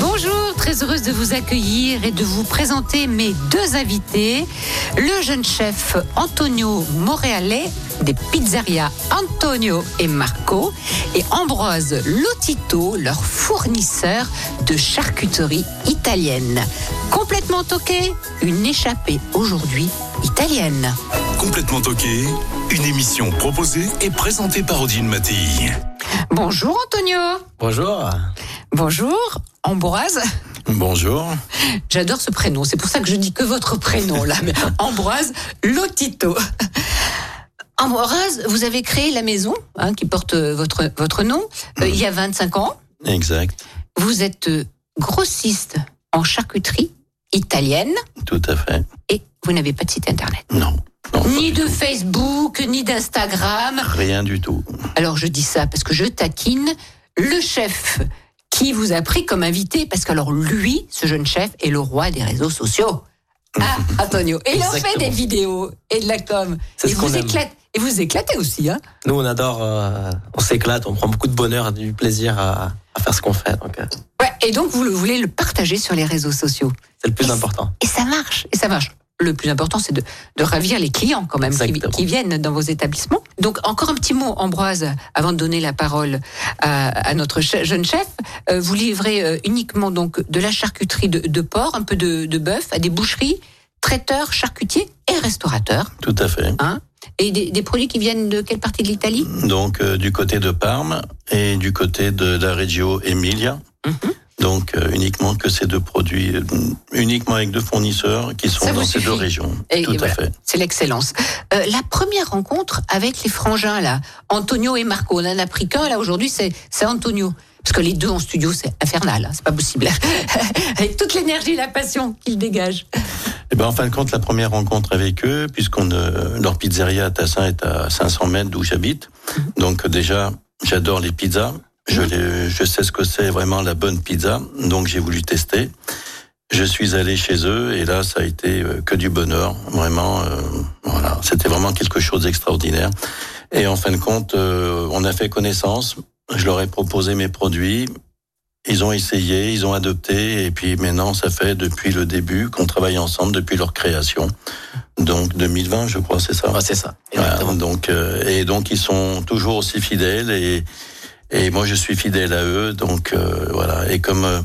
Bonjour, très heureuse de vous accueillir et de vous présenter mes deux invités, le jeune chef Antonio Moreale des pizzerias Antonio et Marco et Ambroise Lotito, leur fournisseur de charcuterie italienne. Complètement toqué, une échappée aujourd'hui italienne. Complètement toqué, une émission proposée et présentée par Odile Mattei. Bonjour Antonio. Bonjour. Bonjour Ambroise. Bonjour. J'adore ce prénom, c'est pour ça que je dis que votre prénom là, mais Ambroise Lotito. Ambroise, vous avez créé la maison hein, qui porte euh, votre, votre nom euh, il y a 25 ans. Exact, Vous êtes euh, grossiste en charcuterie italienne tout à fait. et vous n'avez pas de site internet. Non, non, Ni de Facebook, ni d'Instagram. rien du tout. Alors je dis ça parce que je taquine le chef qui vous a pris comme invité parce que alors lui, ce jeune chef, est le roi des réseaux sociaux. Ah, Antonio. Et il en fait Exactement. des vidéos et de la com. C'est et ce vous qu'on aime. éclate- Et vous éclatez aussi, hein Nous, on adore, euh, on s'éclate, on prend beaucoup de bonheur et du plaisir à, à faire ce qu'on fait. Donc, euh, Ouais, et donc vous le voulez le partager sur les réseaux sociaux. c'est le plus Et- important. Et ça marche, et ça marche. Le plus important, c'est de, de ravir les clients quand même qui, Exactement. qui viennent dans vos établissements. Donc encore un petit mot, Ambroise, avant de donner la parole à, à notre che- jeune chef. Euh, vous livrez euh, uniquement donc de la charcuterie de, de porc, un peu de, de bœuf, à des boucheries, traiteurs, charcutiers et restaurateurs. Tout à fait. Et des, des produits qui viennent de quelle partie de l'Italie Donc euh, du côté de Parme et du côté de la Reggio Emilia. Mhm. Donc euh, uniquement que ces deux produits, euh, uniquement avec deux fournisseurs qui sont Ça vous dans ces deux suffit. régions. Et- tout et à voilà. fait. C'est l'excellence. Euh, la première rencontre avec les frangins, là, Antonio et Marco, on en a pris qu'un, là, aujourd'hui, c'est c'est Antonio. Parce que les deux en studio, c'est infernal, hein, c'est pas possible. avec toute l'énergie et la passion qu'ils dégagent. Et ben en fin de compte, la première rencontre avec eux, puisqu'on euh, leur pizzeria à Tassin est à 500 mètres d'où j'habite. Donc euh, déjà, j'adore les pizzas. Je, les- je sais ce que c'est vraiment la bonne pizza, donc j'ai voulu tester. Je suis allé chez eux et là, ça a été euh, que du bonheur, vraiment. euh, voilà, c'était vraiment quelque chose d'extraordinaire. Et en fin de compte, euh, on a fait connaissance. Je leur ai proposé mes produits. Ils ont essayé, ils ont adopté, et puis maintenant, ça fait depuis le début qu'on travaille ensemble, depuis leur création. Donc 2020, je crois, c'est ça. Ouais, c'est ça. Voilà, Exactement. donc, euh, et donc, ils sont toujours aussi fidèles, et, et moi, je suis fidèle à eux. Donc euh, voilà. Et comme euh,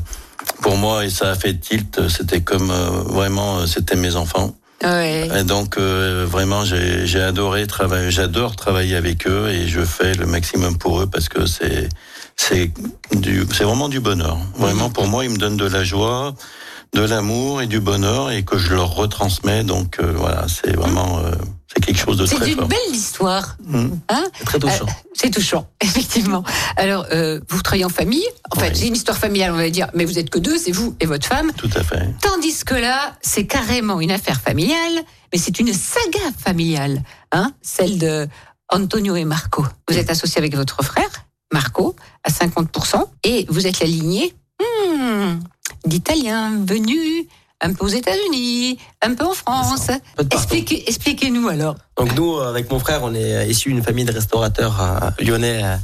pour moi, et ça a fait tilt, c'était comme euh, vraiment, euh, c'était mes enfants. Ouais. Et donc euh, vraiment, j'ai j'ai adoré travailler. J'adore travailler avec eux et je fais le maximum pour eux parce que c'est c'est du c'est vraiment du bonheur. Vraiment pour moi, ils me donnent de la joie, de l'amour et du bonheur et que je leur retransmets. Donc euh, voilà, c'est vraiment euh, c'est quelque chose de C'est très une fort. belle histoire, Mhm. hein Très touchant. C'est touchant, effectivement. Alors, euh, vous travaillez en famille, en fait, Oui. c'est une histoire familiale, on va dire, mais vous êtes que deux, c'est vous et votre femme. Tout à fait. Tandis que là, c'est carrément une affaire familiale, mais c'est une saga familiale, hein, celle de Antonio et Marco. Vous êtes associé avec votre frère, Marco, à 50%, et vous êtes la lignée hmm, d'Italiens venus un peu aux États-Unis, un peu en France. Un peu de partout. Expliquez- Expliquez-nous alors. Donc nous, euh, avec mon frère, on est euh, issus d'une famille de restaurateurs euh, lyonnais euh,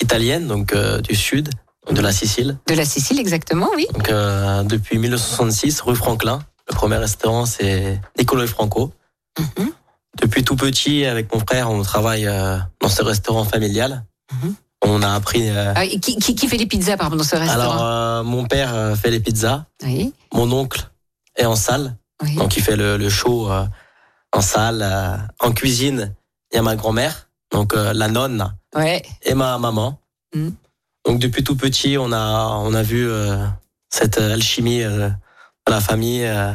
italienne, donc euh, du sud, donc de la Sicile. De la Sicile, exactement, oui. Donc euh, depuis 1966, rue Franklin. Le premier restaurant, c'est Nicolas et Franco. Mhm. Depuis tout petit, avec mon frère, on travaille euh, dans ce restaurant familial. Mhm. On a appris. euh, Ah, et qui, qui- qui fait les pizzas, pardon, dans ce restaurant alors, euh, mon père euh, fait les pizzas. Oui, Mon oncle est en salle, oui. donc il fait le, le show euh, en salle. euh, en cuisine, il y a ma grand-mère, donc euh, la nonne Ouais. et ma maman. Mhm. Donc depuis tout petit, on a on a vu euh, cette euh, alchimie euh, de la famille euh,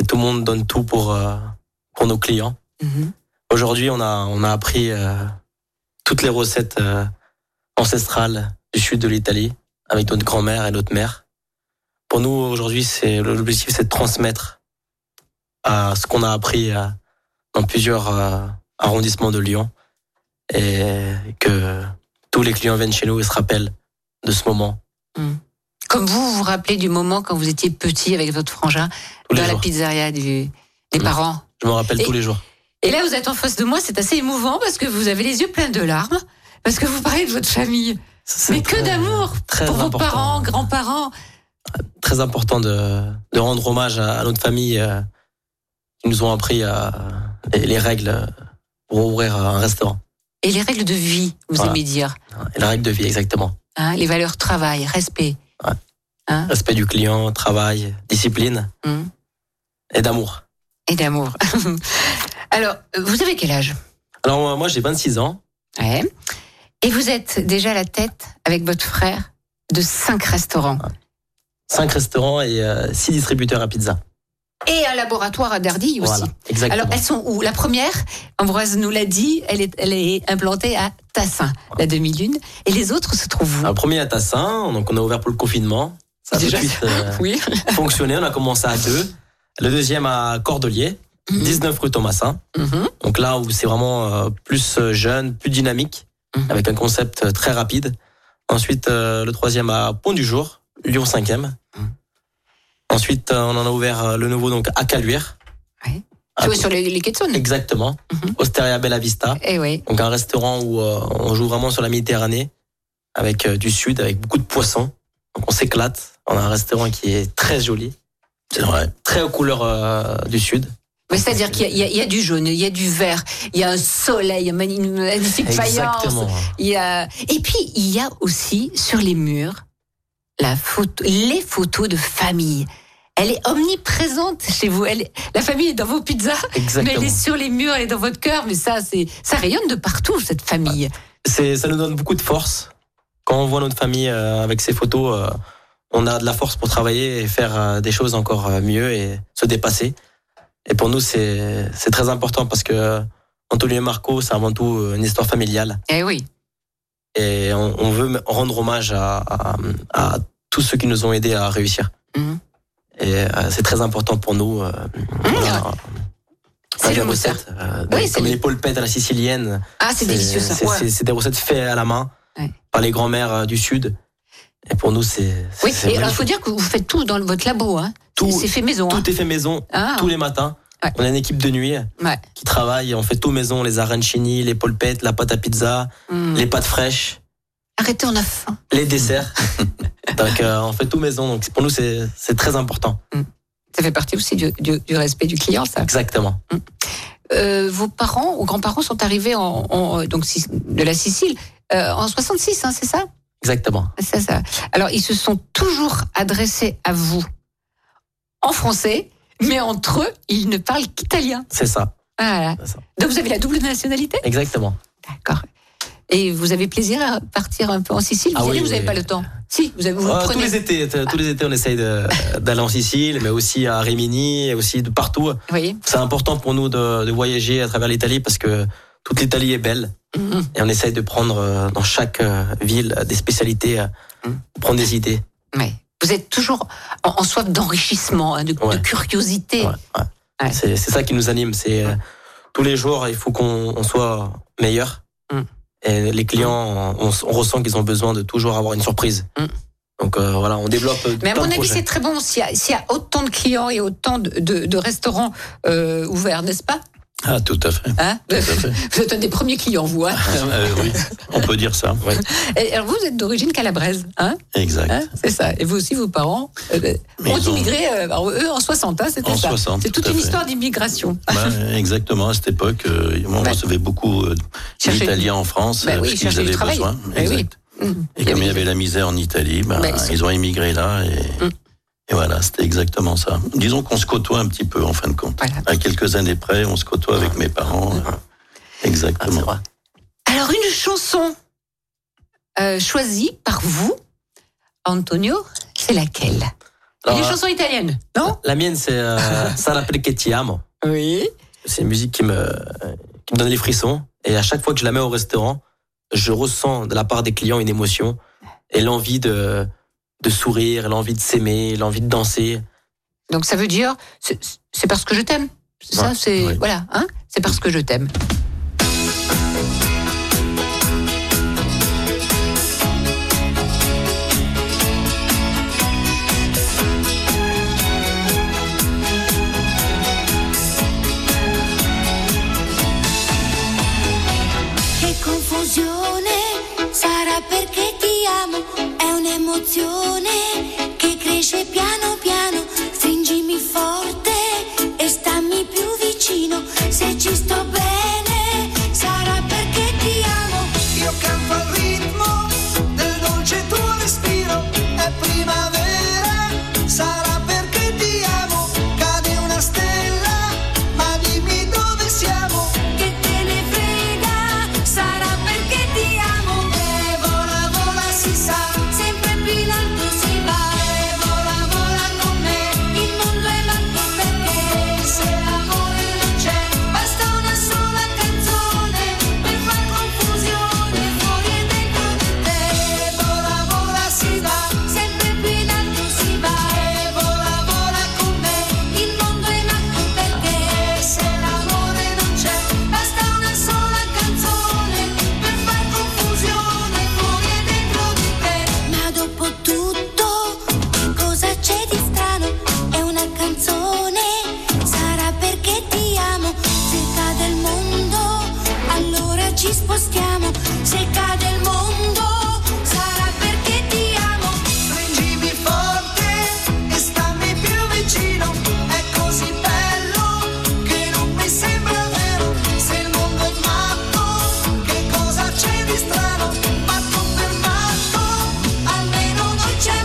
et tout le monde donne tout pour euh, pour nos clients. Mhm. Aujourd'hui, on a on a appris euh, toutes les recettes euh, ancestrales du sud de l'Italie avec notre grand-mère et notre mère. Pour nous aujourd'hui, c'est l'objectif, c'est de transmettre à ce qu'on a appris euh, dans plusieurs euh, arrondissements de Lyon et que tous les clients viennent chez nous et se rappellent de ce moment Mhm. Comme vous, vous vous rappelez du moment quand vous étiez petit avec votre frangin tous les dans la jours. pizzeria du, des Mm. parents. Je m'en rappelle Et- tous les jours. Et là, vous êtes en face de moi, c'est assez émouvant parce que vous avez les yeux pleins de larmes, parce que vous parlez de votre famille. C'est Mais que très- d'amour très pour vos important. parents, grands-parents. Très important de, de rendre hommage à, à notre famille euh, qui nous ont appris à, les, les règles pour ouvrir un restaurant. Et les règles de vie, vous Voilà. aimez dire. Et la règle de vie, exactement. hein, les valeurs travail, respect. Respect du client, travail, discipline Hmm. et d'amour. et d'amour. Alors, euh, vous avez quel âge Alors moi, moi, j'ai 26 ans. Ouais. Et vous êtes déjà à la tête, avec votre frère, de cinq restaurants 5 restaurants et 6 distributeurs à pizza. et un laboratoire à Dardy aussi. Voilà, exactement. Alors, elles sont où La première, Ambroise nous l'a dit, elle est, elle est implantée à Tassin, la demi-lune. Et les autres se trouvent où Un premier à Tassin, donc on a ouvert pour le confinement. Ça a tout de Déjà, suite euh, Oui. fonctionné, on a commencé à deux. Le deuxième à Cordelier, Mm. 19 rue Thomasin. Mhm. Donc là où c'est vraiment euh, plus euh, jeune, plus dynamique, Mhm. avec un concept euh, très rapide. Ensuite, euh, le troisième à Pont du Jour, Lyon 5e. Mhm. Ensuite, euh, on en a ouvert euh, le nouveau donc à Caluire. Ouais. À- Tu vois, sur les, les quais de Saône Exactement. Mhm. Osteria Bella Vista. Eh oui. Donc un restaurant où euh, on joue vraiment sur la Méditerranée, avec euh, du sud, avec beaucoup de poissons. Donc on s'éclate. On a un restaurant qui est très joli, C'est vrai. très aux couleurs euh, du sud. Mais c'est-à-dire qu'il y, a- il y a- il y a du jaune, il y a du vert, il y a un soleil, une mani- une magnifique faïence. Exactement. Il y a... Et puis, il y a aussi sur les murs la photo, les photos de famille. Elle est omniprésente chez vous. Elle, est- la famille est dans vos pizzas, mais elle Exactement. est sur les murs, elle est dans votre cœur. Mais ça, c'est ça rayonne de partout cette famille. Bah. C'est, ça nous donne beaucoup de force. Quand on voit notre famille euh, avec ces photos, euh, on a de la force pour travailler et faire euh, des choses encore euh, mieux et se dépasser. Et pour nous, c'est, c'est très important parce que Antonio et Marco, c'est avant tout euh, une histoire familiale. Eh oui. et on, on veut rendre hommage à, à- à tous ceux qui nous ont aidés à réussir. Mhm. Et euh, c'est très important pour nous. euh, on a- on a C'est des le moteur. recettes, euh, Oui, des- c'est comme le- les polpettes à la sicilienne. Ah, c'est délicieux ça. C'est Ouais. c'est- c'est des recettes faites à la main Ouais. par les grands-mères euh, du Sud. Et pour nous, c'est Oui. c'est Et alors, il magnifique. faut dire que vous faites tout dans votre labo. Hein. Tout- C'est fait maison. hein. tout est fait maison Ah. tous les matins. Ouais. On a une équipe de nuit Ouais. qui travaille. On fait tout maison les arancini, les polpettes, la pâte à pizza, Hum. les pâtes fraîches. Arrêtez, on a faim. les desserts. donc euh, on fait tout maison. Donc pour nous c'est c'est très important. Ça fait partie aussi du, du- du respect du client, ça. Exactement. Euh, vos parents ou grands-parents sont arrivés en, en- donc si- de la Sicile euh, en 66, hein, c'est ça Exactement. C'est ça. Alors ils se sont toujours adressés à vous en français, mais entre eux ils ne parlent qu'italien. C'est ça. Ah, Voilà. C'est ça. Donc vous avez la double nationalité. Exactement. D'accord. Et vous avez plaisir à partir un peu en Sicile Vous Ah y allez, oui, vous n'avez oui. pas le temps Si, vous, avez, vous Euh, tous prenez. les étés, t- tous les étés, on essaye de- d'aller en Sicile, mais aussi à Rimini, et aussi de partout. Vous voyez C'est important pour nous de, de voyager à travers l'Italie parce que toute l'Italie est belle Mhm. et on essaye de prendre euh, dans chaque euh, ville euh, des spécialités, euh, Mhm. prendre des idées. Ouais. Vous êtes toujours en, en soif d'enrichissement, hein, de, de Ouais. curiosité. Ouais, ouais. Ouais. C'est c'est ça qui nous anime. C'est euh, Ouais. tous les jours, il faut qu'on on soit meilleur. Mm. Et les clients, on, on ressent qu'ils ont besoin de toujours avoir une surprise. Mm. Donc euh, voilà, on développe. euh, Mais à plein mon de avis, projets. c'est très bon s'il y, a- s'il y a autant de clients et autant de, de- de restaurants euh, ouverts, n'est-ce pas Ah, tout à fait. Hein Tout à fait. Vous êtes un des premiers clients, vous. hein. Euh, oui, on peut dire ça. Oui, Et alors, vous êtes d'origine calabraise, hein, exact. hein C'est ça. Et vous aussi, vos parents euh, Mais ont ils ont- immigré, euh, alors, eux, en 60, hein, c'était En ça. 60, C'est tout toute à une fait. histoire d'immigration. Ben, exactement, à cette époque, euh, on Ouais. recevait beaucoup euh, Chercher- d'Italiens en France Ben euh, Bah, oui, parce chercher qu'ils du avaient travail. besoin. Ben oui. Exact. Mhm. Et comme il y avait la misère en Italie, ben, Ben, ils sont- ils ont émigré là et, Mm. et voilà, c'était exactement ça. Disons qu'on se côtoie un petit peu en fin de compte. Voilà. À quelques années près, on se côtoie avec mes parents. euh, Ah, c'est Exactement. vrai. Alors, une chanson euh, choisie par vous, Antonio, c'est laquelle Alors, Une Ah. euh, chanson italienne, non La mienne, c'est euh, Sarà perché ti amo. Oui. C'est une musique qui me, qui me donne les frissons. Et à chaque fois que je la mets au restaurant, je ressens de la part des clients une émotion et l'envie de, de sourire, l'envie de s'aimer, l'envie de danser. Donc ça veut dire, c'est- c'est parce que je t'aime. C'est ça, Ouais, c'est ouais. voilà, hein C'est parce parce que je t'aime. Che confusione sarà perché ti amo, è un'emozione che cresce piano piano, stringimi forte e stammi più vicino, se ci sto bene sarà perché ti amo. Io canto al ritmo del dolce tuo respiro, è primavera, sarà perché ti amo, cade una stella, ma dimmi dove siamo, Che te ne frega, sarà perché ti amo. E vola, vola, si sa, sempre più in alto si va. E vola, vola con me, il mondo è matto perché. Se l'amore non c'è, basta una sola canzone per far confusione fuori e dentro di te. E vola, vola, si va, sempre più in alto si va. E vola, vola con me, il mondo è matto perché. Se l'amore non c'è, basta una sola canzone per far confusione fuori e dentro di te. Ma dopo tutto, cosa c'è di strano? È una canzone, sarà perché ti amo. Se cade il mondo, allora ci spostiamo. Se cade il mondo, sarà perché ti amo. stringimi forte e stammi più vicino, è così bello che non mi sembra vero, se il mondo è matto, che cosa c'è di strano, matto per matto, almeno noi ci amiamo.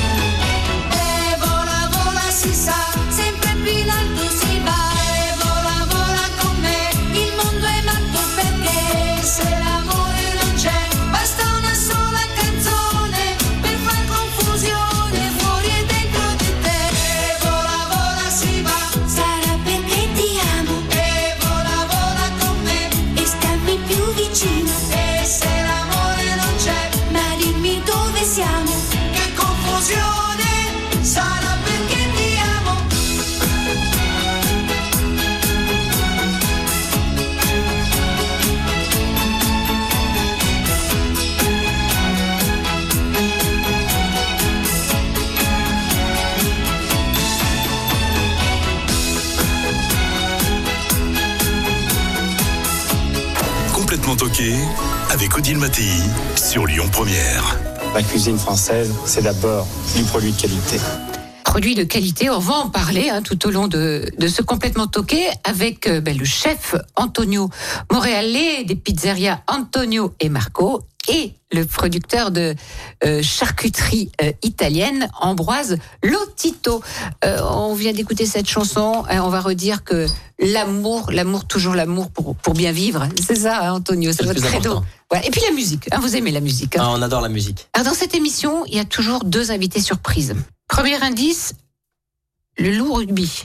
E vola, vola, si sa, sempre più in alto si va. E vola, vola con me, il mondo è matto perché. Se l'amore non c'è, basta una sola canzone per far confusione fuori e dentro di te. E vola, vola, si va, sarà perché ti amo. E vola, vola con me, e stammi più vicino. E se l'amore non c'è, ma dimmi dove siamo. Che eh. confusione sarà perché ti amo. Complètement toqué avec Odile Mattei sur Lyon Première. La cuisine française, c'est d'abord du produit de qualité. Produits de qualité, on va en parler hein, tout au long de, de ce complètement toqué avec euh, ben, le chef Antonio Moreale des pizzerias Antonio et Marco et le producteur de euh, charcuterie euh, italienne Ambroise Lotito. Euh, on vient d'écouter cette chanson, hein, on va redire que l'amour, l'amour, toujours l'amour pour, pour bien vivre. C'est ça, hein, Antonio, c'est C'est le votre plus credo. important. Voilà. Et puis la musique, hein, vous aimez la musique. hein. Ah, on adore la musique. Alors, dans cette émission, il y a toujours deux invités surprises. Premier indice, le loup rugby.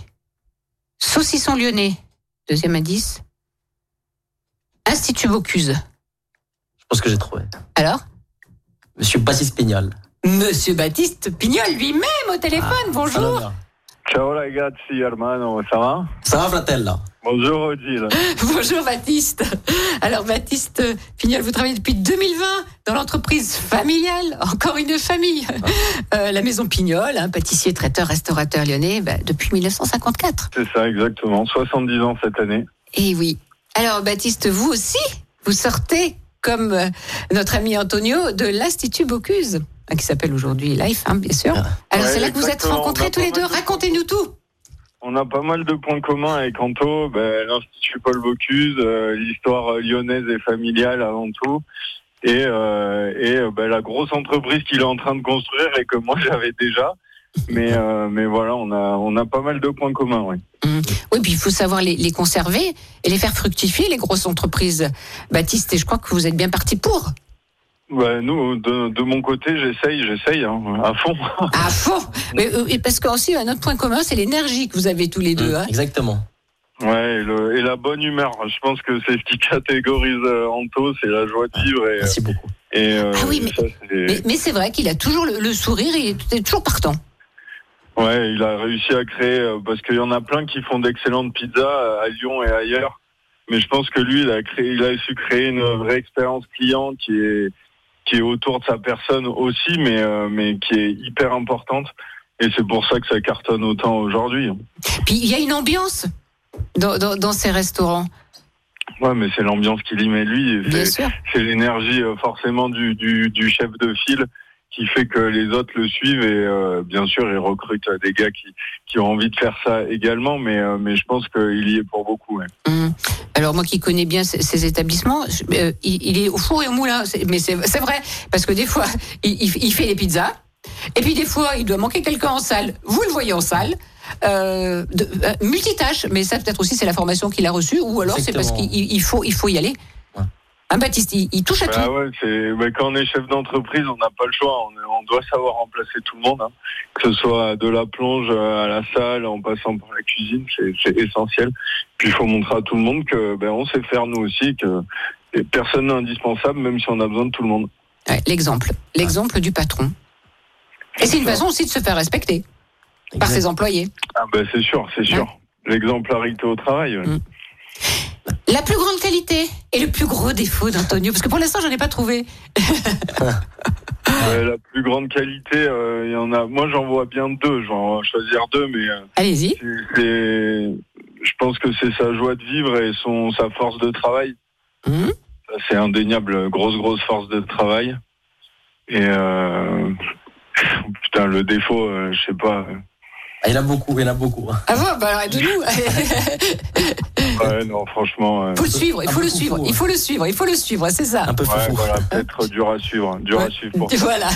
Saucisson lyonnais. Deuxième indice, Institut Bocuse. Je pense que j'ai trouvé. Alors Monsieur Bassis Pignol. Monsieur Baptiste Pignol lui-même au téléphone, Ça Ah, bonjour. l'honneur. Ciao ragazzi, hermano, ça va Ça va, Flatella Bonjour Odile. Bonjour Baptiste. Alors Baptiste Pignol, vous travaillez depuis 2020 dans l'entreprise familiale, encore une famille. Euh, la maison Pignol, hein, pâtissier, traiteur, restaurateur lyonnais, bah, depuis 1954. C'est ça exactement, 70 ans cette année. Eh oui. Alors, Baptiste, vous aussi, vous sortez, comme euh, notre ami Antonio, de l'Institut Bocuse, hein, qui s'appelle aujourd'hui Life, hein, bien sûr. Alors, Ah. Ouais, c'est là que vous êtes exactement. Bah, On rencontrés a tous les pas deux. mal de- Racontez-nous tout. On a pas mal de points communs avec Anto, ben, l'Institut Paul Bocuse, euh, l'histoire lyonnaise et familiale avant tout, et, euh, et euh, ben, la grosse entreprise qu'il est en train de construire et que moi j'avais déjà. Mais, euh, mais voilà, on a, on a pas mal de points communs. oui. Oui, puis il faut savoir les, les conserver et les faire fructifier, les grosses entreprises. Baptiste, et je crois que vous êtes bien parti pour. Bah, Ben, nous, de, de mon côté, j'essaye, j'essaye hein, à fond. Ah, Mm. À fond Mais, euh, et Parce qu'aussi, un autre point commun, c'est l'énergie que vous avez tous les deux. hein. Mm, Exactement. Ouais, et, le- et la bonne humeur. Je pense que c'est ce qui catégorise euh, Anto, c'est la joie de vivre et, Merci beaucoup. et, euh, Ah oui, mais- ça, c'est- Mais, mais c'est vrai qu'il a toujours le, le sourire, il est, il est toujours partant. Ouais, il a réussi à créer euh, parce qu'il y en a plein qui font d'excellentes pizzas euh, à Lyon et ailleurs. Mais je pense que lui, il a créé, il a su créer une vraie expérience client qui est qui est autour de sa personne aussi, mais euh, mais qui est hyper importante. Et c'est pour ça que ça cartonne autant aujourd'hui. Puis il y a une ambiance dans, dans, dans ces restaurants, Ouais, mais c'est l'ambiance qu'il y met lui. et c'est- bien sûr. c'est l'énergie euh, forcément du, du, du chef de file qui fait que les autres le suivent et euh, bien sûr ils recrutent euh, des gars qui, qui ont envie de faire ça également mais, euh, mais je pense qu'il y est pour beaucoup. ouais. Hum. Alors moi qui connais bien ces, ces établissements, je- euh, il, il est au four et au moulin, c'est- mais c'est c'est vrai, parce que des fois, il, il- il fait les pizzas, et puis des fois, il doit manquer quelqu'un en salle, vous le voyez en salle, euh, de- euh, multitâche, mais ça peut-être aussi c'est la formation qu'il a reçue, ou alors c'est parce Exactement. qu'il il- il faut, il faut y aller. Ouais. Hein, Baptiste, il, il touche à tout. Bah ouais, c'est bah, quand on est chef d'entreprise on n'a pas le choix, on, on doit savoir remplacer tout le monde, hein. que ce soit de la plonge euh, à la salle en passant par la cuisine, c'est c'est essentiel. Puis il faut montrer à tout le monde que ben on sait faire nous aussi, que et personne n'est indispensable même si on a besoin de tout le monde. Ouais, L'exemple, l'exemple du patron. Et c'est une façon aussi de se faire respecter par ses employés. Ah ben c'est sûr, c'est sûr. L'exemplarité au travail. ouais. Mm. La plus grande qualité et le plus gros défaut d'Antonio, parce que pour l'instant, je n'en ai pas trouvé. Ouais, la plus grande qualité, euh, il y en a. Moi, j'en vois bien deux. Je vais en choisir deux, mais euh, Allez-y. c'est- c'est- je pense que c'est sa joie de vivre et son sa force de travail. Mhm. Ça, C'est indéniable, grosse grosse force de travail. Et euh, putain, le défaut, euh, je sais pas. Ah, il y en a beaucoup, il y en a beaucoup. hein. Ah bon, bah alors aide-nous. Ouais, non, franchement. euh, faut le suivre, il Un faut peu le foufou, suivre, ouais. il faut le suivre, il faut le suivre, c'est ça. Un peu ouais, foufou. voilà, peut-être dur à suivre, dur à Ouais. suivre pour. Voilà.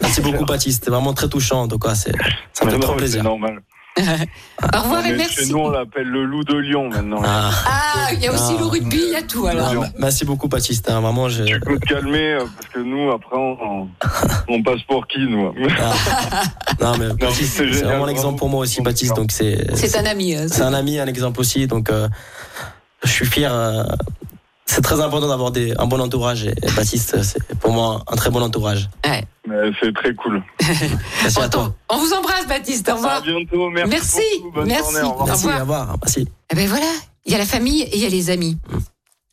Merci beaucoup, Baptiste. C'était vraiment très touchant. En tout cas, c'est- ça me fait Non, trop mais plaisir. C'est normal. Au revoir et Mais merci. Chez nous, on l'appelle le loup de Lyon maintenant. Ah, Ah, il y a aussi Non. le rugby, il y a tout alors. non, merci beaucoup, Baptiste. hein, vraiment, je... Tu peux te calmer euh, parce que nous après on, on passe pour qui nous hein. Ah. non, mais mais Baptiste, c'est c'est génial, vraiment l'exemple pour moi aussi, vraiment. Baptiste. Donc c'est C'est un ami. euh, c'est un ami, un exemple aussi. Donc euh, je suis fier. euh, c'est très important d'avoir des- un bon entourage. Et, et Baptiste, c'est pour moi un très bon entourage. Mais C'est très cool. Merci à Anto- toi. On vous embrasse Baptiste, au À revoir. bientôt, merci. Merci, beaucoup, bonne merci. journée, au revoir. Merci. Au revoir. revoir. Merci. Eh ben voilà, il y a la famille et il y a les amis.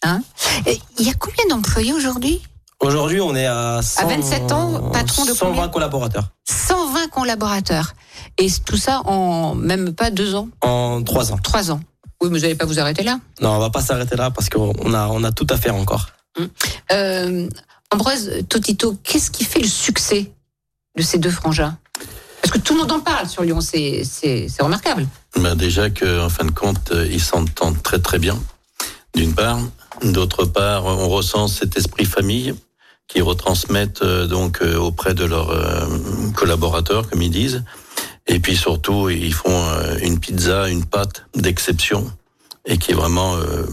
Hein Et Il y a combien d'employés aujourd'hui Aujourd'hui, on est à, 100 27 ans, patron de 120 combien collaborateurs 120 collaborateurs. Et tout ça en même pas deux ans, en 3 ans. trois ans. Oui, mais vous n'allez pas vous arrêter là. Non, on va pas s'arrêter là parce qu'on a, on a tout à faire encore. Euh, Ambroise Totito, qu'est-ce qui fait le succès de ces deux frangins Parce que tout le monde en parle sur Lyon, c'est c'est- c'est remarquable. Bah, déjà que, en fin de compte, euh, ils s'entendent très très bien, d'une part. D'autre part, on ressent cet esprit famille qu'ils retransmettent euh, donc euh, auprès de leurs euh, collaborateurs, comme ils disent. Et puis surtout, ils font euh, une pizza, une pâte d'exception et qui est vraiment euh,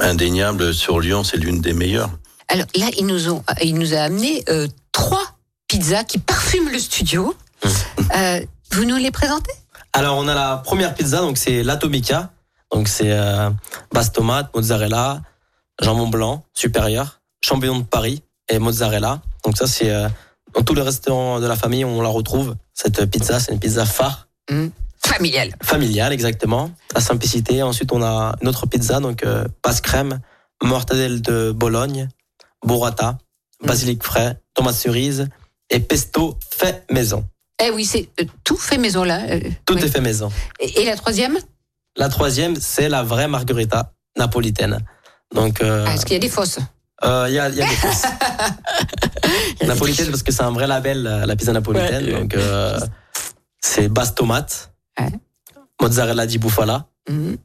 indéniable sur Lyon. C'est l'une des meilleures. Alors là, ils nous ont, il nous a amené euh, trois pizzas qui parfument le studio. Euh, vous nous les présentez Alors, on a la première pizza, donc c'est l'Atomica. Donc, c'est euh, base tomate, mozzarella, jambon blanc supérieur, champignon de Paris et mozzarella. Donc, ça, c'est euh, dans tous les restaurants de la famille, on la retrouve. Cette pizza, c'est une pizza phare, Familiales. familiale, exactement. La simplicité. Ensuite, on a une autre pizza, donc euh, passe crème, mortadelle de Bologne, burrata, basilic frais, tomates cerises et pesto fait maison. Eh oui, c'est euh, tout fait maison là. euh, Tout oui. est fait maison. Et, et la troisième La troisième, c'est la vraie margarita napolitaine. Donc, euh, Ah, Est-ce qu'il y a des fausses euh, il y a, il y a des fausses. des napolitaine fausses. parce que c'est un vrai label, euh, la pizza napolitaine. Ouais. Donc, euh, c'est basse tomate, Ouais. mozzarella di bufala Mhm.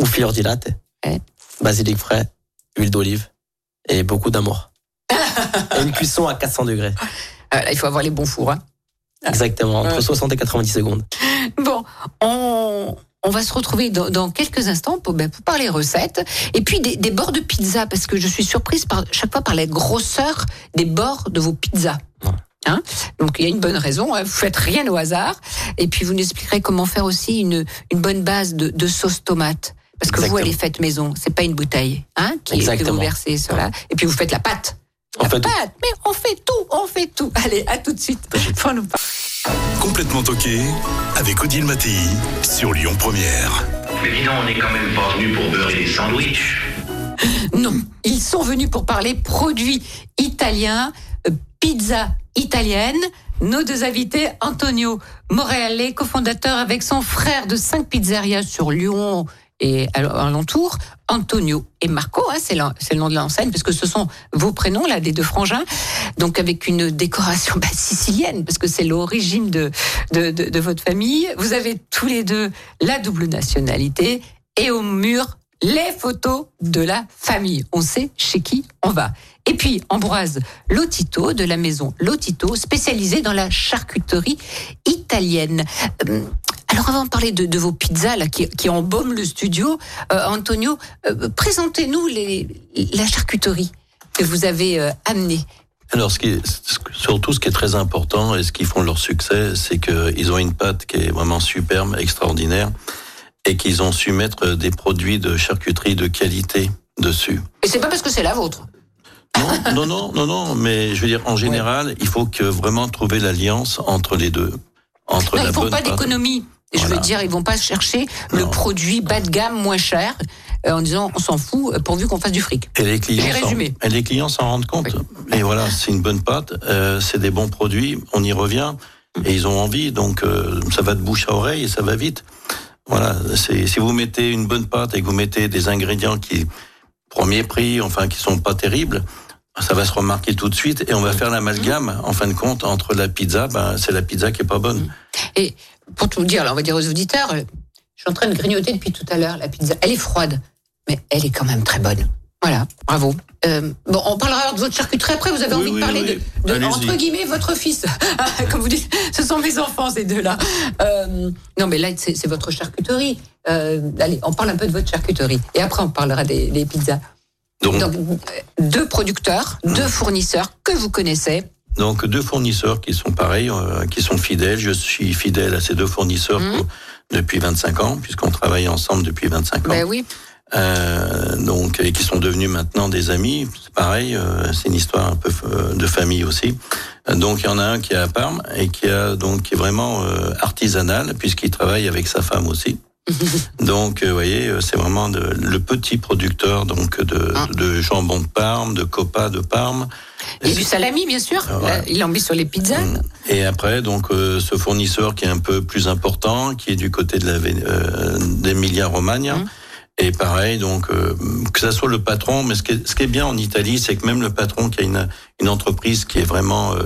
ou fior di latte, Ouais. basilic frais, huile d'olive et beaucoup d'amour. et une cuisson à 400 degrés. Ah, là, Il faut avoir les bons fours. hein. Exactement, entre Ouais. 60 et 90 secondes. Bon, on, on va se retrouver dans, dans quelques instants pour, ben, pour parler recettes et puis des, des bords de pizza parce que je suis surprise par, chaque fois par la grosseur des bords de vos pizzas. Ouais. Hein Donc il y a une bonne raison, hein, vous faites rien au hasard et puis vous nous expliquerez comment faire aussi une, une bonne base de, de sauce tomate. Parce que vous, Exactement. elle est faite maison. C'est pas une bouteille, hein, qui est- que vous Exactement. versez sur la. Et puis vous faites la pâte. On la fait tout. pâte. Mais on fait tout, on fait tout. Allez, à tout de suite. Pour nous parler. Complètement toqué avec Odile Mattei sur Lyon Première. Mais dis donc, on n'est quand même pas venu pour beurrer des sandwichs. Non, ils sont venus pour parler produits italiens, euh, pizza italienne. Nos deux invités, Antonio Moreale, cofondateur avec son frère de 5 pizzerias sur Lyon et al- alentour, Antonio et Marco, hein, c'est l'en- c'est le nom de l'enseigne, parce que ce sont vos prénoms, là, des deux frangins, donc avec une décoration bah, sicilienne, parce que c'est l'origine de, de, de- de votre famille. Vous avez tous les deux la double nationalité et au mur les photos de la famille. On sait chez qui on va. Et puis Ambroise Lotito de la maison Lotito, spécialisée dans la charcuterie italienne. Euh, Alors avant de parler de, de vos pizzas là, qui, qui embaument le studio, euh, Antonio, euh, présentez-nous les- la charcuterie que vous avez euh, amenée. Alors, ce qui est- ce que- surtout, ce qui est très important et ce qui font leur succès, c'est qu'ils ont une pâte qui est vraiment superbe, extraordinaire, et qu'ils ont su mettre des produits de charcuterie de qualité dessus. Et c'est pas parce que c'est la vôtre. Non, non, non, non, non, mais je veux dire, en général, il faut que vraiment trouver l'alliance entre les deux. Entre Non, la ils font bonne pas pâte. d'économie. Je Voilà. veux dire, ils vont pas chercher le Non. produit bas de gamme moins cher euh, en disant on s'en fout euh, pourvu qu'on fasse du fric. Et les J'ai clients, s'en- résumé. et les clients s'en rendent compte. Et voilà, c'est une bonne pâte, euh, c'est des bons produits, on y revient et ils ont envie, donc euh, ça va de bouche à oreille et ça va vite. Voilà, c'est- si vous mettez une bonne pâte et que vous mettez des ingrédients qui premier prix, enfin qui sont pas terribles, ça va se remarquer tout de suite et on va faire l'amalgame en fin de compte entre la pizza, ben, c'est la pizza qui est pas bonne. Et pour tout vous dire, là, on va dire aux auditeurs, euh, je suis en train de grignoter depuis tout à l'heure la pizza. Elle est froide, mais elle est quand même très bonne. Voilà, bravo. Euh, bon, on parlera alors de votre charcuterie après. Vous avez Oui, envie de oui, parler oui. de, de, Allez-y. entre guillemets, votre fils. Comme vous dites, ce sont mes enfants, ces deux-là. Euh, non, mais là, c'est c'est votre charcuterie. Euh, allez, on parle un peu de votre charcuterie. Et après, on parlera des, des pizzas. Donc, Donc, euh, deux producteurs, deux fournisseurs que vous connaissez. Donc deux fournisseurs qui sont pareils, euh, qui sont fidèles. Je suis fidèle à ces deux fournisseurs Mhm. que- depuis 25 ans, puisqu'on travaille ensemble depuis 25 ans. Ben oui. Euh, donc et qui sont devenus maintenant des amis. C'est pareil, euh, c'est une histoire un peu euh, de famille aussi. Euh, Donc il y en a un qui est à Parme et qui a donc qui est vraiment euh, artisanal puisqu'il travaille avec sa femme aussi. donc euh, vous voyez, euh, c'est vraiment de- le petit producteur donc de, Ah. de jambon de Parme, de copa de Parme. Et du salami, bien sûr. Ah ouais. Là, Il en met sur les pizzas. Mm. Et après, donc, euh, ce fournisseur qui est un peu plus important, qui est du côté de la Vé- euh, d'Emilia-Romagna. Mm. Et pareil, donc, euh, que ça soit le patron, mais ce qui est, ce qui est bien en Italie, c'est que même le patron qui a une, une entreprise qui est vraiment euh,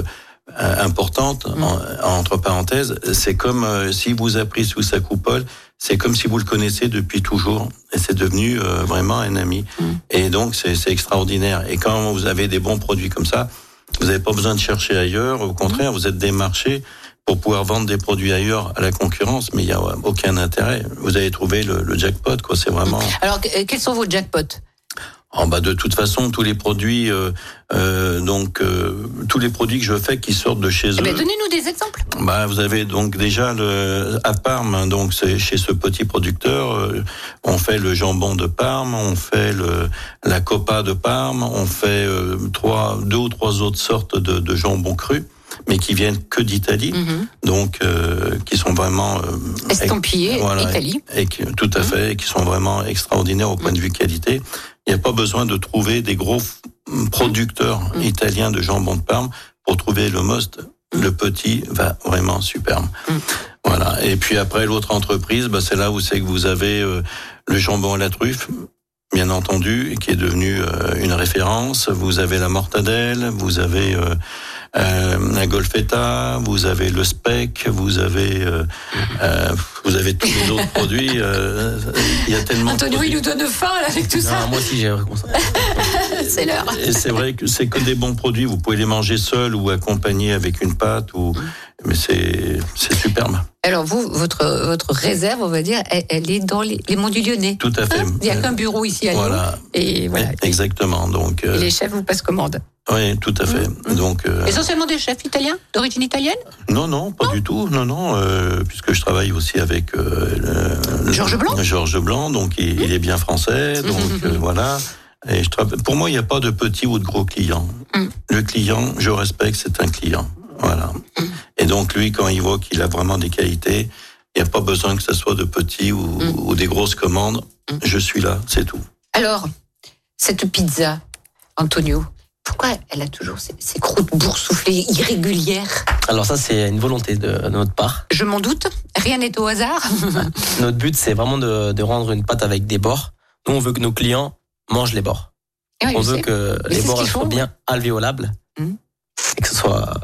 euh, importante, en- entre parenthèses, c'est comme euh, s'il vous a pris sous sa coupole, c'est comme si vous le connaissez depuis toujours. Et c'est devenu euh, vraiment un ami. Et donc, c'est c'est extraordinaire. Et quand vous avez des bons produits comme ça, vous n'avez pas besoin de chercher ailleurs. Au contraire, vous êtes des marchés pour pouvoir vendre des produits ailleurs à la concurrence, mais il n'y a aucun intérêt. Vous avez trouvé le, le jackpot, quoi. C'est vraiment. Alors, que- euh, quels sont vos jackpots En bas, de toute façon, tous les produits, euh, euh, donc euh, tous les produits que je fais qui sortent de chez eux. Eh ben, Donnez-nous des exemples. Bah, vous avez donc déjà le à Parme, hein, donc c'est chez ce petit producteur, euh, on fait le jambon de Parme, on fait le la copa de Parme, on fait euh, trois, deux ou trois autres sortes de, de jambon cru, mais qui viennent que d'Italie, donc euh, qui sont vraiment euh, Estampillés, voilà, Italie. et qui, tout à fait, et qui sont vraiment extraordinaires au point de vue qualité. Il n'y a pas besoin de trouver des gros f- mm, producteurs Mm. italiens de jambon de Parme pour trouver le most. Le petit va vraiment superbe. Mm. Voilà. Et puis après, l'autre entreprise, bah, c'est là où c'est que vous avez euh, le jambon à la truffe, bien entendu, qui est devenu euh, une référence. Vous avez la mortadelle, vous avez euh, euh, la golfetta, vous avez le speck, vous avez euh, Mm. euh, vous avez tous les autres produits. euh, il y a tellement. de Antonio, il produits. nous donne faim là, avec tout Non, ça. moi aussi, j'ai reconnu ça. C'est l'heure. Et c'est vrai que c'est que des bons produits. Vous pouvez les manger seuls ou accompagnés avec une pâte ou Mais c'est c'est superbe. Alors vous, votre, votre réserve, on va dire, elle, elle est dans les, les monts du Lyonnais. Tout à fait. Ah, Il n'y a qu'un bureau ici à Lyon. Voilà. Eh, Et voilà. Et- Exactement. Donc, et euh, les chefs vous passent commande. oui, tout à fait. Mmh, Donc, euh, Essentiellement des chefs italiens, d'origine italienne non, non, pas du tout. Non, non, euh, puisque je travaille aussi avec euh, le- le- Georges Blanc Georges Blanc, donc il, il est bien français. Donc Mmh. euh, voilà. Et je travaille. Pour moi, il n'y a pas de petit ou de gros client. Mmh. Le client, je respecte, c'est un client. Voilà. Mm. Et donc lui, quand il voit qu'il a vraiment des qualités, il n'y a pas besoin que ce soit de petits ou, Mmh. ou des grosses commandes. Mmh. Je suis là, c'est tout. Alors, cette pizza, Antonio, pourquoi elle a toujours ces, ces croûtes boursouflées, irrégulières Alors ça, c'est une volonté de, de notre part. Je m'en doute, rien n'est au hasard. Notre but, c'est vraiment de, de rendre une pâte avec des bords. Nous, on veut que nos clients mangent les bords. Eh oui, on je veut sais. que Mais c'est les ce bords qu'ils elles font, soient bien alvéolables Mhm. et que ce soit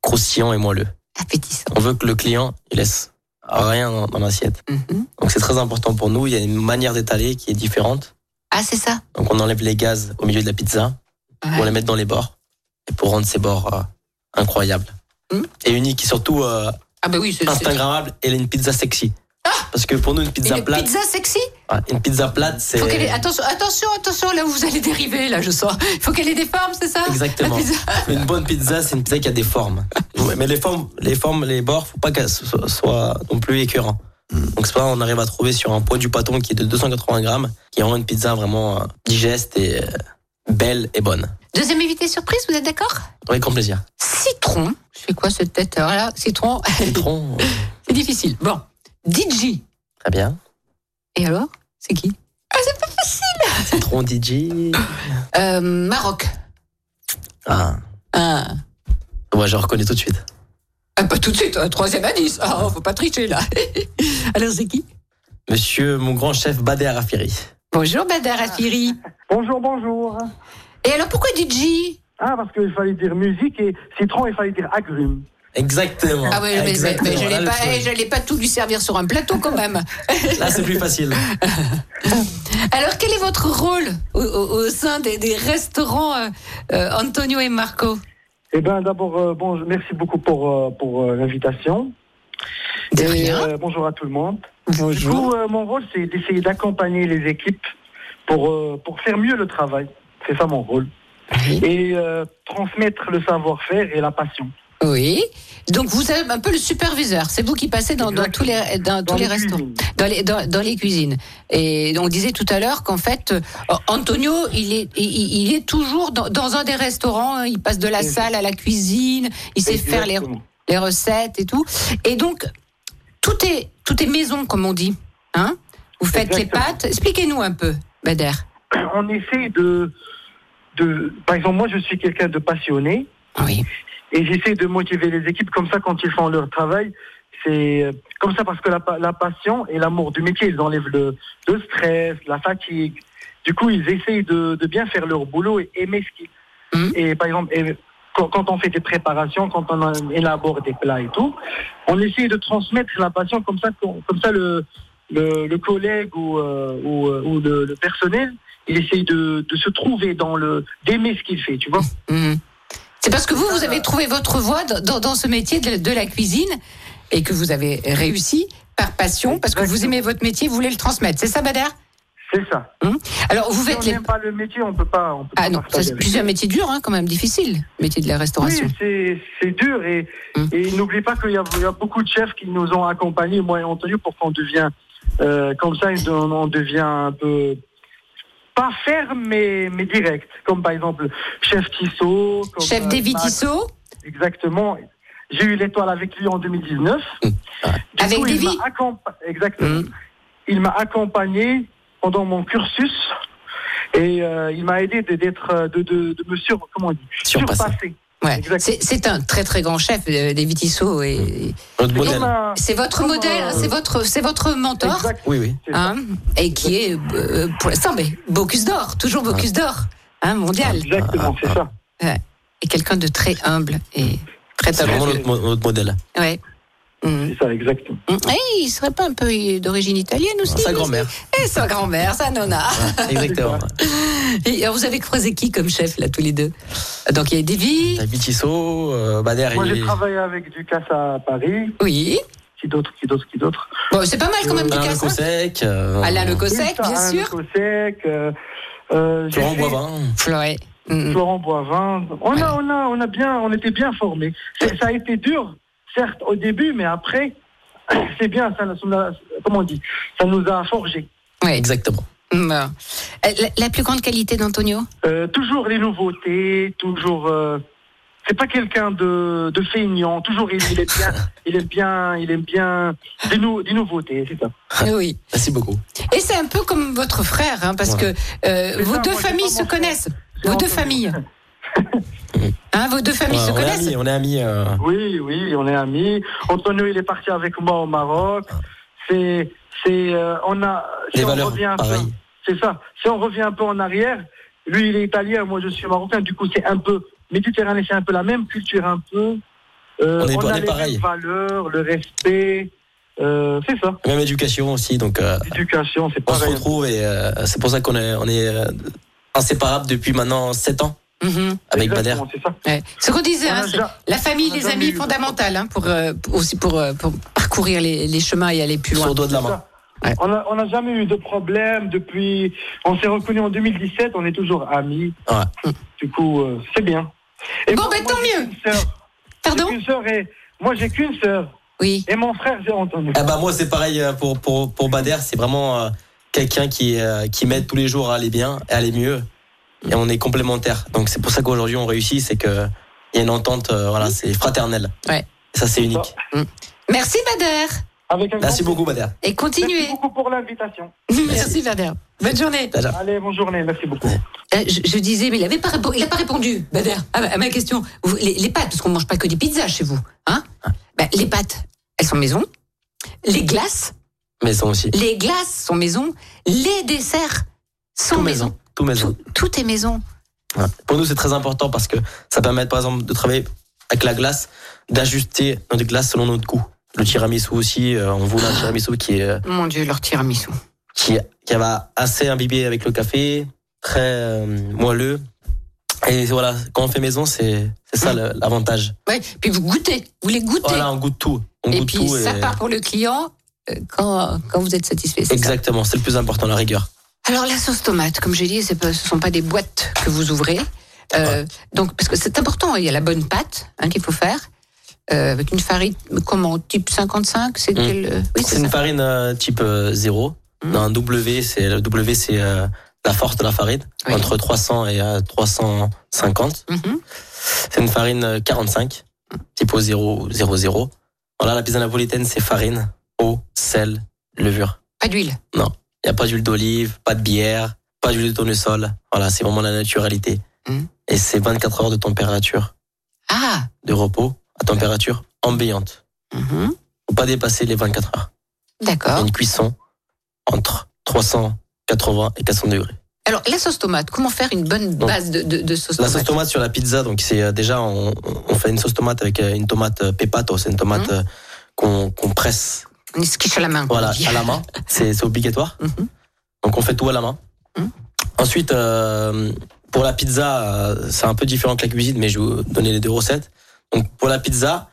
croustillant et moelleux. Appétissant. On veut que le client il laisse rien dans, dans l'assiette. Mhm. Donc c'est très important pour nous. Il y a une manière d'étaler qui est différente. Ah, c'est ça Donc on enlève les gaz au milieu de la pizza Ouais. pour les mettre dans les bords et pour rendre ces bords euh, incroyables Mhm. et uniques et surtout euh, Ah, bah oui, c'est c'est- instagrammables et une pizza sexy. Parce que pour nous une pizza Une plate, pizza sexy ouais, une pizza plate c'est Faut qu'elle ait- Attention, attention, attention, là où vous allez dériver, là, je sens. Il faut qu'elle ait des formes, c'est ça Exactement. La pizza. Une bonne pizza, c'est une pizza qui a des formes. Ouais, mais les formes, les formes, les bords, faut pas qu'elles so- so- soient non plus écœurants. Donc c'est pas, on arrive à trouver sur un poids du pâton qui est de 280 grammes, qui rend une pizza vraiment euh, digeste et euh, belle et bonne. Deuxième invité surprise, vous êtes d'accord Avec grand plaisir. Citron. C'est quoi cette tête Alors là, citron, Citron, euh, c'est difficile. Bon, DJ. très bien. Et alors C'est qui Citron DJ. Euh, Maroc. Ah, Ah. ouais, je reconnais tout de suite. Ah, pas tout de suite, un troisième indice. Ah, faut pas tricher là. Alors c'est qui Monsieur, mon grand chef Badé Arafiri. Bonjour Badar Afiri. Bonjour, bonjour. Et alors pourquoi DJ Ah, parce qu'il fallait dire musique et citron, il fallait dire agrumes. Exactement. Ah oui, mais, mais- mais je Exactement, là, l'ai le pas, truc. eh, je l'ai pas tout lui servir sur un plateau quand même. Là, c'est plus facile. Alors quel est votre rôle au, au- au sein des, des restaurants euh, euh, Antonio et Marco Eh bien, d'abord, euh, bon, je- merci beaucoup pour, euh, pour euh, l'invitation. De Et, rien. euh, bonjour à tout le monde. Du Bonjour. coup, euh, mon rôle, c'est d'essayer d'accompagner les équipes pour, euh, pour faire mieux le travail. C'est ça mon rôle. Et euh, transmettre le savoir-faire et la passion. Oui. Donc vous êtes un peu le superviseur. C'est vous qui passez dans, dans tous les dans tous les restaurants. cuisines. dans les, dans, dans les cuisines. Et on disait tout à l'heure qu'en fait, euh, Antonio, il est, il, il est toujours dans, dans un des restaurants. hein. Il passe de la Oui. salle à la cuisine. Il sait faire les, Exactement. les recettes et tout. Et donc, tout est, tout est maison, comme on dit. Hein Vous faites Exactement. les pâtes. Expliquez-nous un peu, Bader. On essaie de, de... Par exemple, moi, je suis quelqu'un de passionné. Ah Oui. Et j'essaie de motiver les équipes comme ça quand ils font leur travail. C'est euh, comme ça parce que la, pa- la passion et l'amour du métier, ils enlèvent le, le stress, la fatigue. Du coup, ils essayent de, de bien faire leur boulot et aimer ce qu'ils. Mhm. Et par exemple, et quand, quand on fait des préparations, quand on euh, élabore des plats et tout, on essaie de transmettre la passion comme ça, qu'on- comme ça le, le, le collègue ou, euh, ou, euh, ou le, le personnel, il essaye de, de se trouver dans le d'aimer ce qu'il fait, tu vois. Mhm. C'est parce que vous, vous avez trouvé votre voie dans, dans- dans ce métier de, de la cuisine et que vous avez réussi par passion, parce que vous aimez votre métier, vous voulez le transmettre. C'est ça, Bader C'est ça. Alors, vous Si on faites les n'aime pas le métier, on peut pas. On peut Ah pas non, ça, partager c'est avec. puis c'est un métier dur, hein, quand même difficile, métier de la restauration. Oui, c'est- c'est dur et, Hum. et n'oublie pas qu'il y, a- il y a beaucoup de chefs qui nous ont accompagnés, moi et Antonio, pour qu'on devient euh, comme ça, on on devient un peu pas ferme mais, mais direct. Comme par exemple chef Tissot, comme, Chef euh, des Max, Vitisso, Exactement. J'ai eu l'étoile avec lui en 2019. Hum. Ah. Mmh. Du Avec coup, il Davy. m'a accompa- Exactement. Hum. Il m'a accompagné pendant mon cursus et euh, il m'a aidé de- d'être euh, de, de, de me sur comment on dit Surpassé. ouais. Exact. c'est c'est un très très grand chef euh, des Vitisso et Notre C'est modèle. comme un- c'est votre Comme, modèle, euh, hein, c'est votre c'est votre mentor, Exact. Oui, oui. c'est hein, et qui est euh, pour l'instant mais Bocuse d'or, toujours Bocuse d'or, hein, mondial, Ah, Exactement, c'est ça. et quelqu'un de très humble et très C'est vraiment talentueux. notre, mo- notre modèle. Ouais. Mmh. C'est ça, exactement. Mmh. Eh, il serait pas un peu d'origine italienne aussi Sa lui, grand-mère. c'est- Eh, sa grand-mère, sa nonna. Exactement. Et alors, vous avez croisé qui comme chef, là, tous les deux Donc, il y a Davy. T'as Vitisso, euh, Bader, Moi, il j'ai est- travaillé avec Ducasse à Paris. Oui. Qui d'autre, qui d'autre, qui d'autre Bon, c'est pas mal quand même, Alain Lucas. hein. Lecossec, euh, Alain Le Cossec, Oui, bien Sarah sûr. Lecossec, euh, euh, j'ai Florent fait Boivin. Ouais. Mm, mm. Florent Boivin. On a, on a, on a bien, on était bien formés. C'est- Ça a été dur, certes, au début, mais après, c'est bien, ça, nous- ça nous a- comment on dit, ça nous a forgé. Ouais, Exactement. mm, voilà. Euh, La, la plus grande qualité d'Antonio Euh, toujours les nouveautés, toujours. euh, c'est pas quelqu'un de, de feignant. Toujours, il, il est bien, il est bien, il aime bien des, nou- des nouveautés, c'est ça. Ah. Oui. Merci beaucoup. Et c'est un peu comme votre frère, hein, parce que euh, C'est vos ça, deux moi, j'ai familles pas se mon frère. connaissent. C'est Vos deux familles. Antonio. Hein, vos deux familles Ouais, se Euh, on, est connaissent. amis, on est amis. euh, Oui, oui, on est amis. Antonio, il est parti avec moi au Maroc. C'est, c'est, euh, on a. Ah. les on valeurs, revient un peu- pareil. C'est ça. Si on revient un peu en arrière, lui il est italien, moi je suis marocain, du coup c'est un peu méditerranéen, c'est un peu la même culture, un peu. Euh, On est- on a est les pareil. mêmes valeurs, le respect, euh, c'est ça. Même éducation aussi, donc euh, L'éducation, c'est on se pareil. retrouve et euh, c'est pour ça qu'on est, on est euh, inséparables depuis maintenant 7 ans Mhm. avec Bader. Exactement, c'est ça. Ouais. Ce qu'on disait, On hein, a c'est ja- la famille, on a les jamais amis, eu- fondamentale hein, pour, euh, pour- aussi pour, euh, pour parcourir les, les chemins et aller plus Sur loin. le doigt de la main. Ouais. On n'a on a jamais eu de problème depuis. On s'est reconnus en 2017, on est toujours amis. Ouais. Du coup, euh, c'est bien. Et Bon, moi- ben, moi, tant j'ai mieux. qu'une sœur. Pardon J'ai qu'une sœur et moi j'ai qu'une sœur Oui. et mon frère j'ai entendu. Ah bah moi c'est pareil euh, pour pour pour Bader, c'est vraiment euh, quelqu'un qui euh, qui m'aide tous les jours à aller bien, à aller mieux et on est complémentaires. Donc c'est pour ça qu'aujourd'hui on réussit, c'est que il y a une entente euh, voilà, c'est fraternel. Ouais. Et ça c'est unique. Merci Bader Avec un Merci grand- beaucoup Bader. et Merci continuez. beaucoup pour l'invitation. Merci Bader. Bonne journée. Bader. Allez, bonne journée, merci beaucoup. Euh, je, je disais, mais il avait pas, répo- il a pas répondu, Bader, à, ma- à ma question. Vous- les, les pâtes, parce qu'on mange pas que des pizzas chez vous, hein Ben, Les pâtes, elles sont maison. Les glaces, Mais ça aussi. les glaces sont maison. Les desserts sont Tout maison. maison, tout maison. Tout, tout est maison. Ouais. Pour nous, c'est très important parce que ça permet, par exemple, de travailler avec la glace, d'ajuster notre glace selon notre goût. Le tiramisu aussi, euh, on Ah. voulait un tiramisu qui, est, euh, Mon Dieu, leur tiramisu. qui, qui va assez imbibé avec le café, très euh, moelleux. Et voilà, quand on fait maison, c'est c'est ça le- l'avantage. Ouais, puis vous goûtez, vous les goûtez. Voilà, on goûte tout. On et goûte puis tout ça et- part pour le client euh, quand, quand vous êtes satisfait. c'est ça Exactement, c'est le plus important, la rigueur. Alors la sauce tomate, comme j'ai dit, c'est pas- ce ne sont pas des boîtes que vous ouvrez. Euh, Donc parce que c'est important, il y a la bonne pâte hein, qu'il faut faire euh, avec une farine comment type 55, c'est Mm. quel euh, Oui, C'est c'est une ça. farine euh, type 0. Mm. Un W, c'est le W, c'est euh, la force de la farine Oui. entre 300 et euh, 350. Mhm. C'est une farine euh, 45, type au 0, 0, 0. Voilà, la pizza napolitaine, c'est farine, eau, sel, levure. Pas d'huile. Il n'y a pas d'huile d'olive, pas de bière, pas d'huile de tournesol. Voilà, c'est vraiment la naturalité. Mhm. Et c'est 24 heures de température, Ah. de repos, à température ambiante. mhm, Faut pas dépasser les 24 heures. Il y a D'accord. une cuisson entre 380 et 400 degrés. Alors la sauce tomate, comment faire une bonne Donc, base de, de- de sauce La tomate sauce tomate sur la pizza, donc c'est euh, déjà on, on- on fait une sauce tomate avec euh, une tomate euh, pepato, c'est une tomate euh, qu'on qu'on presse Une quiche à la main. comme voilà on dit. à la main, c'est c'est obligatoire. Mhm. Donc on fait tout à la main. Mhm. Ensuite, euh, pour la pizza, euh, c'est un peu différent que la cuisine, mais je vais vous donner les deux recettes. Donc pour la pizza,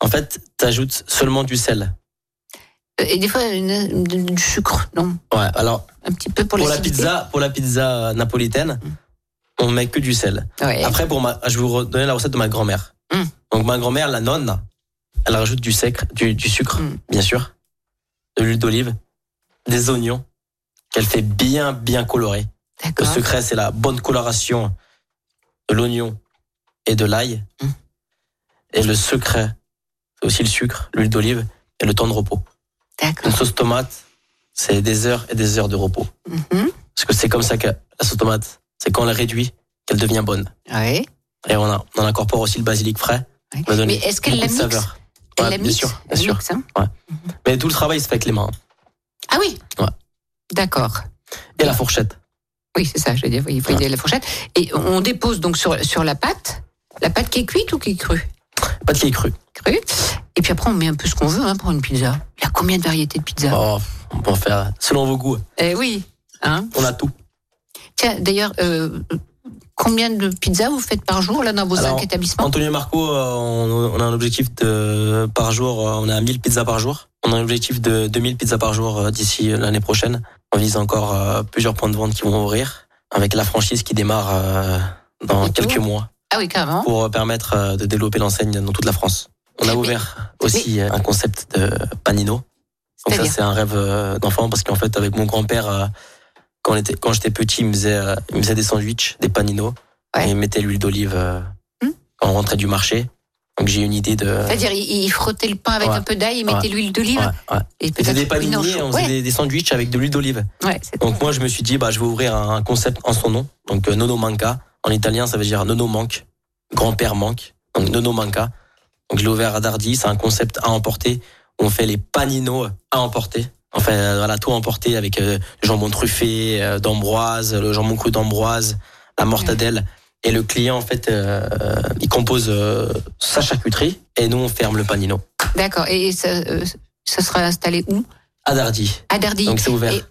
en fait, t'ajoutes seulement du sel. Euh, Et des fois une- du du sucre, non Ouais. Alors Un petit peu pour, Mhm. pour la l'acidité. pizza, pour la pizza euh, napolitaine, on met que du sel. Ouais. Après, pour ma, je vais vous redonner la recette de ma grand-mère. Mm. Donc, ma grand-mère, la nonne, elle rajoute du, sucre, du, du sucre, Mm. bien sûr, de l'huile d'olive, des oignons, qu'elle fait bien, bien colorer. Le D'accord. secret, c'est la bonne coloration de l'oignon et de l'ail. Mm. Et le secret, c'est aussi le sucre, l'huile d'olive et le temps de repos. Une D'accord. sauce tomate, c'est des heures et des heures de repos. Mhm. Parce que c'est comme ça que la sauce tomate, c'est quand on la réduit qu'elle devient bonne. Ouais. Et on, a, on incorpore aussi le basilic frais. Ouais. On a donné Mais est-ce qu'elle la beaucoup de mixe saveur. Elle Ouais, la bien mixe, sûr, bien elle sûr. mixe, hein Mais tout le travail se fait avec les mains. Ah oui Ouais. D'accord. Et la fourchette. Oui, c'est ça, je veux dire, il faut y aller à la fourchette. Et on dépose donc sur, sur la pâte, la pâte qui est cuite ou qui est crue Pas de qui est cru. Crue. Et puis après, on met un peu ce qu'on veut hein, pour une pizza. Il y a combien de variétés de pizza Oh, on peut en faire selon vos goûts. Eh oui. Hein On a tout. Tiens, d'ailleurs, euh, combien de pizzas vous faites par jour là dans vos Alors, cinq établissements Antonio et Marco, euh, on, on a un objectif de par jour, euh, on a 1000 pizzas par jour. On a un objectif de 2000 pizzas par jour euh, d'ici l'année prochaine. On vise encore euh, plusieurs points de vente qui vont ouvrir avec la franchise qui démarre euh, dans Bientôt. quelques mois Ah oui, carrément. pour permettre euh, de développer l'enseigne dans toute la France. On a ouvert aussi euh, un concept de panino. Donc ça C'est-à-dire c'est un rêve euh, d'enfant parce qu'en fait avec mon grand-père euh, quand on était quand j'étais petit, il me faisait euh, il me faisait des sandwichs, des paninos Ouais. et il mettait l'huile d'olive euh, Hmm. quand on rentrait du marché. Donc j'ai une idée de C'est-à-dire, il, il frottait le pain avec Ouais. un peu d'ail, il mettait l'huile d'olive. Ouais, ouais. Et On faisait peut-être des une enchou- panini, on faisait Ouais, des, des sandwichs avec de l'huile d'olive. ouais, c'est- Donc moi je me suis dit bah je vais ouvrir un, un concept en son nom. Donc euh, Nono Manca en italien ça veut dire Nono manque, grand-père manque. Donc Nono Manca. Donc je l'ai ouvert à Dardy, c'est un concept à emporter où on fait les paninos à emporter. Enfin euh, voilà tout à emporter avec euh, le jambon truffé euh, d'ambroise, le jambon cru d'ambroise, la mortadelle et le client en fait euh, euh, il compose euh, sa charcuterie et nous on ferme le panino D'accord. Et ça, euh, ça sera installé où à Dardy. À Dardy. Donc c'est ouvert. Et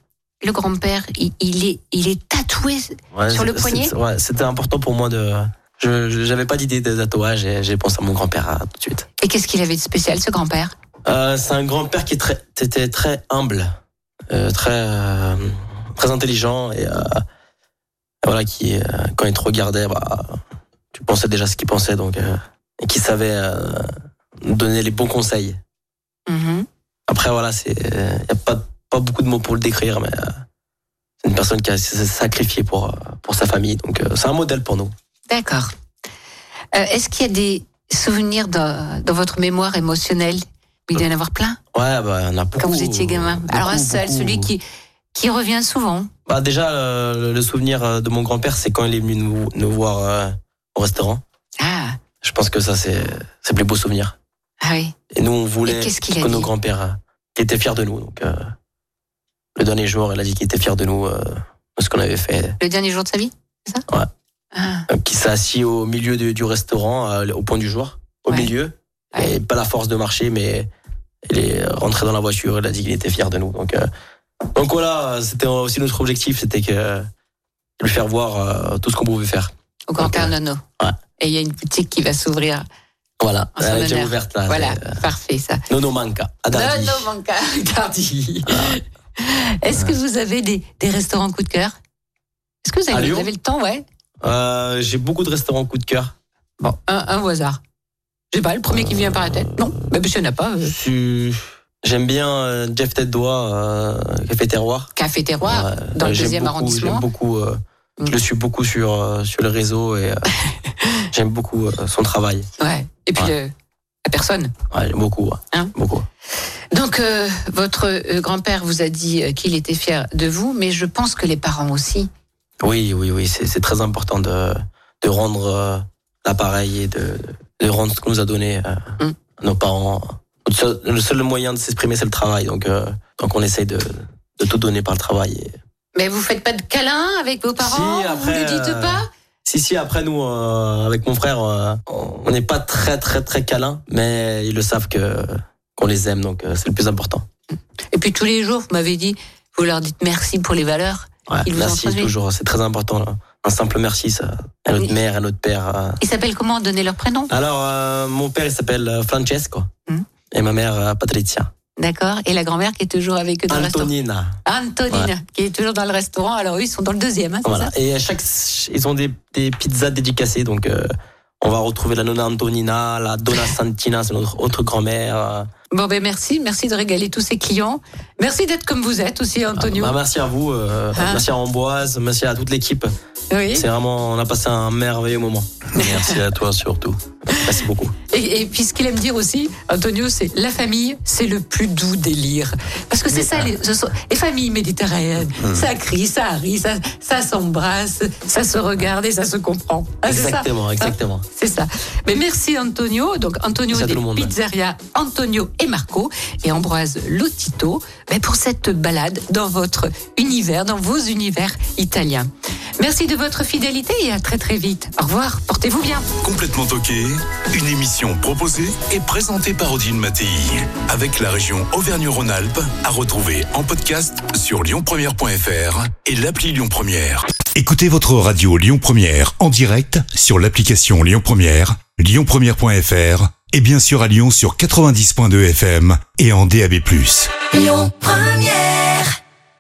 le grand-père, il, il est, il est tatoué. Ouais, Sur le c'est- poignet c'est- ouais, C'était important pour moi de. Je je- j'avais pas d'idée de tatouage et j'ai pensé à mon grand-père euh, tout de suite. Et qu'est-ce qu'il avait de spécial, ce grand-père Euh, c'est un grand-père qui est très, était très humble, euh, très, euh, très intelligent et euh, voilà qui euh, quand il te regardait, bah, tu pensais déjà ce qu'il pensait donc euh, et qui savait euh, donner les bons conseils. Mm-hmm. Mhm. Après voilà, c'est il y a pas pas beaucoup de mots pour le décrire, mais euh, c'est une personne qui a- s'est sacrifiée pour euh, pour sa famille donc euh, c'est un modèle pour nous. D'accord. Euh, Est-ce qu'il y a des souvenirs dans, dans votre mémoire émotionnelle Il doit y en avoir plein Ouais, bah, on a beaucoup. quand vous étiez gamin. Beaucoup, Alors un seul, beaucoup. celui qui, qui revient souvent. Bah, déjà, euh, le souvenir euh, de mon grand-père, c'est quand il est venu nous, nous voir euh, au restaurant. Ah, Je pense que ça, c'est c'est le plus beau souvenir. ah oui. Et nous, on voulait Et qu'est-ce qu'il a que nos dit grands-pères euh, qu'ils étaient fiers de nous. Donc, euh, le dernier jour, il a dit qu'il était fier de nous, euh, de ce qu'on avait fait. Le dernier jour de sa vie C'est ça Ouais. Ah, Euh, Qu'il s'est assis au milieu du, du restaurant, euh, au point du jour, au Ouais. milieu. Ouais. Et pas la force de marcher, mais il est rentré dans la voiture, il a dit qu'il était fier de nous. Donc, euh, donc voilà, euh, c'était aussi notre objectif, c'était que euh, lui faire voir euh, tout ce qu'on pouvait faire. au grand-père Ok. Nono. Ouais. Et il y a une boutique qui va s'ouvrir. Voilà, En son elle est déjà honneur. ouverte là. Voilà, c'est, euh, parfait ça. Nono Manca, à Dardy. Nono Manca, Tardy. Est-ce que vous avez des, des restaurants coup de cœur Est-ce que vous À avez, vous Lyon avez le temps, ouais Euh, J'ai beaucoup de restaurants coup de cœur. Bon, un, un au hasard. Je sais pas, le premier qui me vient par la tête. Non, mais monsieur n'a pas. euh, Je- J'aime bien euh, Jeff Tête d'Oie, euh, Café Terroir. Café Terroir. Ouais, dans le j'aime deuxième beaucoup- arrondissement. J'aime beaucoup. euh, Mm. Je le suis beaucoup sur euh, sur le réseau et euh, j'aime beaucoup euh, son travail. Ouais. Et puis le- la personne. Ouais, j'aime beaucoup. ouais. Hein beaucoup. Donc, euh, votre euh, grand-père vous a dit euh, qu'il était fier de vous, mais je pense que les parents aussi. Oui, oui, oui, c'est c'est très important de, de rendre euh, l'appareil et de, de rendre ce qu'on nous a donné euh, Mm. à nos parents. Le seul, le seul moyen de s'exprimer, c'est le travail. Donc, euh, donc on essaye de, de tout donner par le travail. Et- Mais vous faites pas de câlins avec vos parents Si, Vous après, le dites euh, pas Si, si, après, nous, euh, avec mon frère, euh, on n'est pas très, très, très câlin, mais ils le savent que qu'on les aime, donc euh, c'est le plus important. Et puis tous les jours, vous m'avez dit, vous leur dites merci pour les valeurs. Ouais, Ils vous ont merci, transmis. toujours, c'est très important. là. Un simple merci ça, à notre Ah Oui. mère, à notre père. euh, Ils s'appellent comment Donnez leur prénom. Alors, euh, mon père, il s'appelle euh, Francesco. Hmm. Et ma mère, euh, Patricia. D'accord Et la grand-mère qui est toujours avec eux dans Antonina. le restaurant. Antonine, qui est toujours dans le restaurant. Alors, eux, ils sont dans le deuxième, hein, c'est Voilà. ça Et à chaque, ils ont des, des pizzas dédicacées. Donc, euh, on va retrouver la nonna Antonina, la donna Santina, c'est notre autre grand-mère. euh. Bon, ben merci. Merci de régaler tous ces clients. Merci d'être comme vous êtes aussi, Antonio. Bah, merci à vous. euh, Hein Merci à Amboise. Merci à toute l'équipe. oui. bah, C'est vraiment, on a passé un merveilleux moment. Merci à toi surtout. Merci beaucoup. Et, et puis ce qu'il aime dire aussi, Antonio, c'est la famille, c'est le plus doux délire. Parce que c'est ah. ça, les, ce sont- les familles méditerranéennes. Hum. Ça crie, ça rit, ça, ça s'embrasse, ça se regarde et ça se comprend. Ah, c'est ça. exactement, exactement. C'est ça. Mais merci Antonio. Donc Antonio Merci à des tout le monde. Pizzeria, Antonio et Marco et Ambroise Lotito mais pour cette balade dans votre univers, dans vos univers italiens. Merci de votre fidélité et à très très vite. Au revoir, portez-vous bien. Complètement toqué, une émission proposée et présentée par Odile Mattei avec la région Auvergne-Rhône-Alpes à retrouver en podcast sur lyonpremière.fr et l'appli Lyon Première. Écoutez votre radio Lyon Première en direct sur l'application Lyon Première, lyonpremière.fr et bien sûr à Lyon sur 90.2 FM et en DAB+. Lyon Première